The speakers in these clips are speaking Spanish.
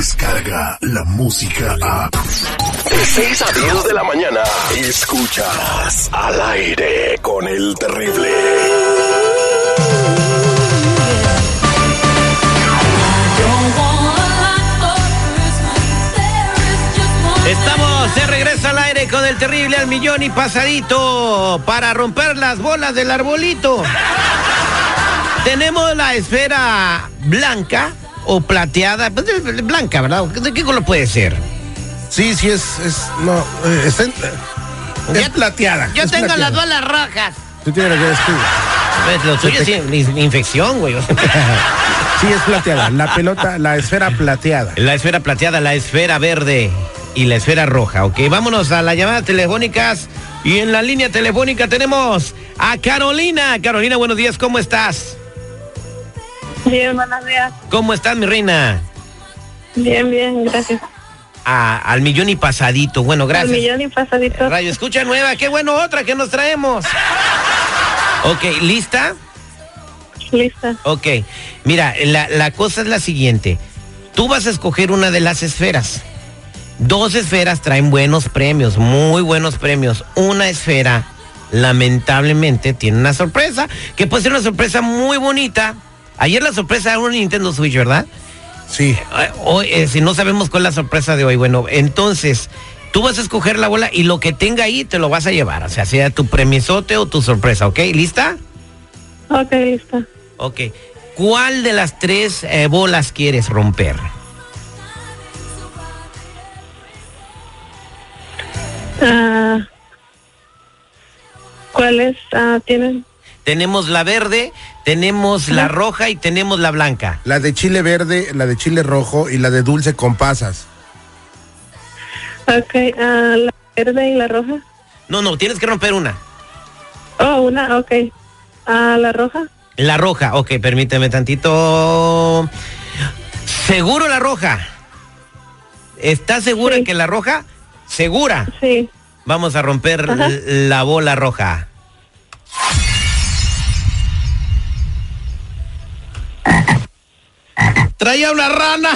Escucha la música a. De 6 a 10 de la mañana. Escuchas al aire con el terrible. Estamos de regreso al aire con el terrible al millón y pasadito para romper las bolas del arbolito. Tenemos la esfera blanca o plateada, pues, de- de- blanca, ¿verdad? ¿De qué color puede ser? Sí, sí, es. es no, eh, es, en- eh, es Ya- plateada. Yo es tengo plateada. las bolas rojas. Tú tienes que decir. Pues, Lo tuyo es in- in- infección, güey. Sí, es plateada. La pelota, la esfera plateada. La esfera plateada, la esfera verde y la esfera roja. Ok, vámonos a las llamadas telefónicas. Y en la línea telefónica tenemos a Carolina. Carolina, buenos días, ¿cómo estás? Bien, buenos días. ¿Cómo estás, mi reina? Bien, bien, gracias. A- al millón y pasadito. Bueno, Al gracias. millón y pasadito. Radio Escucha Nueva, qué bueno otra que nos traemos. Ok, ¿lista? Lista. Ok, mira, la, la cosa es la siguiente. Tú vas a escoger una de las esferas. Dos esferas traen buenos premios, muy buenos premios. Una esfera, lamentablemente, tiene una sorpresa, que puede ser una sorpresa muy bonita. Ayer la sorpresa era un Nintendo Switch, ¿verdad? Sí. Eh, Hoy, eh, si no sabemos cuál es la sorpresa de hoy, bueno, entonces tú vas a escoger la bola y lo que tenga ahí te lo vas a llevar, o sea, sea tu premisote o tu sorpresa, ¿ok? ¿Lista? Ok, lista. Ok. ¿Cuál de las tres eh, bolas quieres romper? Ah, ¿Cuáles ah, tienen? Tenemos la verde, tenemos la roja y tenemos la blanca. La de chile verde, la de chile rojo y la de dulce con pasas. Ok, ah, la verde y la roja. No, no, tienes que romper una. Oh, una, ok. Ah, la roja. La roja, ok, permíteme tantito. Seguro la roja. ¿Estás segura Sí. que la roja? Segura. Sí. Vamos a romper Ajá. l- la bola roja. Traía una rana.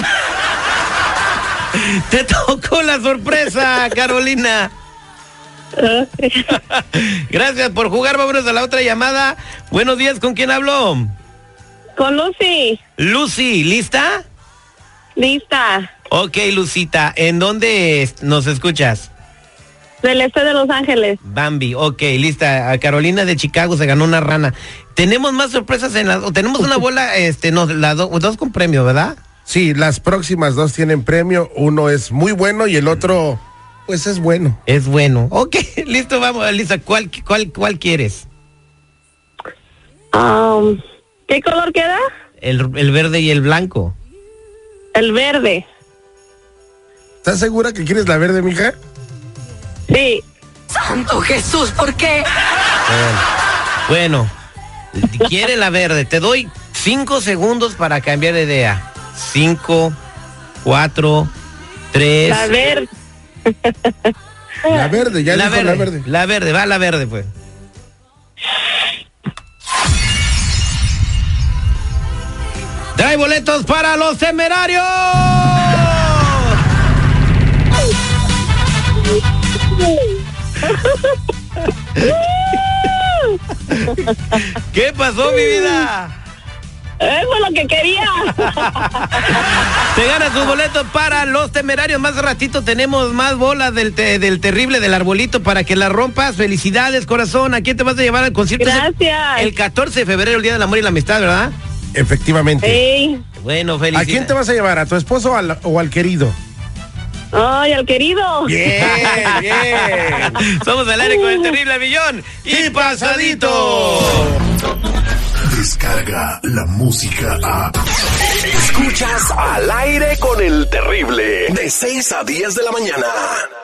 Te tocó la sorpresa, Carolina. Ok. Gracias por jugar. Vámonos a la otra llamada. Buenos días, ¿con quién hablo? Con Lucy. Lucy, ¿lista? Lista. Ok, Lucita, ¿en dónde es- nos escuchas? Del este de Los Ángeles. Bambi, ok, lista. A Carolina de Chicago se ganó una rana. Tenemos más sorpresas en la... o Tenemos una bola, este, no, las do- dos con premio, ¿verdad? Sí, las próximas dos tienen premio. Uno es muy bueno y el otro, pues es bueno. Es bueno. Ok, listo, vamos, Lisa, ¿cuál, cuál, cuál quieres? Um, ¿Qué color queda? El, el verde y el blanco. El verde. ¿Estás segura que quieres la verde, mija? Sí. Santo Jesús, ¿por qué? Bueno, quiere la verde. Te doy cinco segundos para cambiar de idea. Cinco, cuatro, tres. La verde. La verde, ya la dijo verde, la verde. la verde, va la verde, pues. Trae boletos para los temerarios. ¿Qué pasó, mi vida? Eso es lo que quería. Te ganas tus boletos para los temerarios. Más ratito tenemos más bolas del, te- del terrible, del arbolito, para que la rompas. Felicidades, corazón. ¿A quién te vas a llevar al concierto? Gracias. El 14 de febrero, el Día del Amor y la Amistad, ¿verdad? Efectivamente. Sí. Bueno, ¿A felicidades. quién te vas a llevar? ¿A tu esposo o al, o al querido? Ay, al querido. Bien, bien. Somos al aire con Uh. el terrible millón y pasadito. Descarga la música a. Escuchas al aire con el terrible. De 6 a 10 de la mañana.